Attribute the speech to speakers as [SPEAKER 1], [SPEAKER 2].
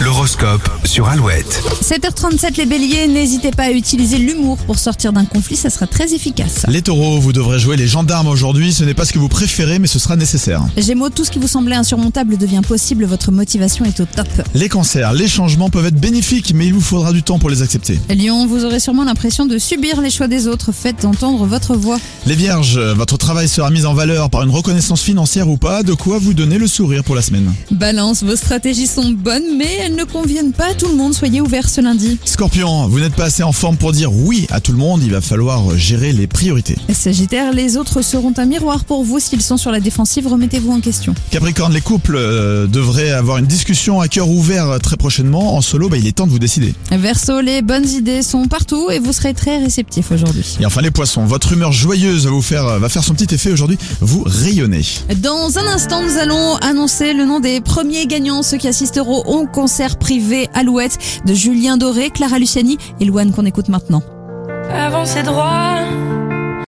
[SPEAKER 1] L'horoscope sur Alouette.
[SPEAKER 2] 7h37 les béliers, n'hésitez pas à utiliser l'humour pour sortir d'un conflit, ça sera très efficace.
[SPEAKER 3] Les taureaux, vous devrez jouer les gendarmes aujourd'hui, ce n'est pas ce que vous préférez mais ce sera nécessaire.
[SPEAKER 2] Gémeaux, tout ce qui vous semblait insurmontable devient possible, votre motivation est au top.
[SPEAKER 3] Les cancers, les changements peuvent être bénéfiques mais il vous faudra du temps pour les accepter.
[SPEAKER 2] Lion, vous aurez sûrement l'impression de subir les choix des autres, faites entendre votre voix.
[SPEAKER 3] Les vierges, votre travail sera mis en valeur par une reconnaissance financière ou pas, de quoi vous donner le sourire pour la semaine.
[SPEAKER 2] Balance, vos stratégies sont bonnes mais elles ne conviennent pas à tout le monde, soyez ouverts ce lundi.
[SPEAKER 3] Scorpion, vous n'êtes pas assez en forme pour dire oui à tout le monde, il va falloir gérer les priorités.
[SPEAKER 2] Sagittaire, les autres seront un miroir pour vous, s'ils sont sur la défensive, remettez-vous en question.
[SPEAKER 3] Capricorne, les couples euh, devraient avoir une discussion à cœur ouvert euh, très prochainement, en solo bah, il est temps de vous décider.
[SPEAKER 2] Verseau, les bonnes idées sont partout et vous serez très réceptif aujourd'hui.
[SPEAKER 3] Et enfin les poissons, votre humeur joyeuse va vous faire, euh, va faire son petit effet aujourd'hui, vous rayonnez.
[SPEAKER 2] Dans un instant, nous allons annoncer le nom des premiers gagnants, ceux qui assisteront au concert privé Alouette de Julien Doré, Clara Luciani et Louane qu'on écoute maintenant.
[SPEAKER 4] Avancez droit,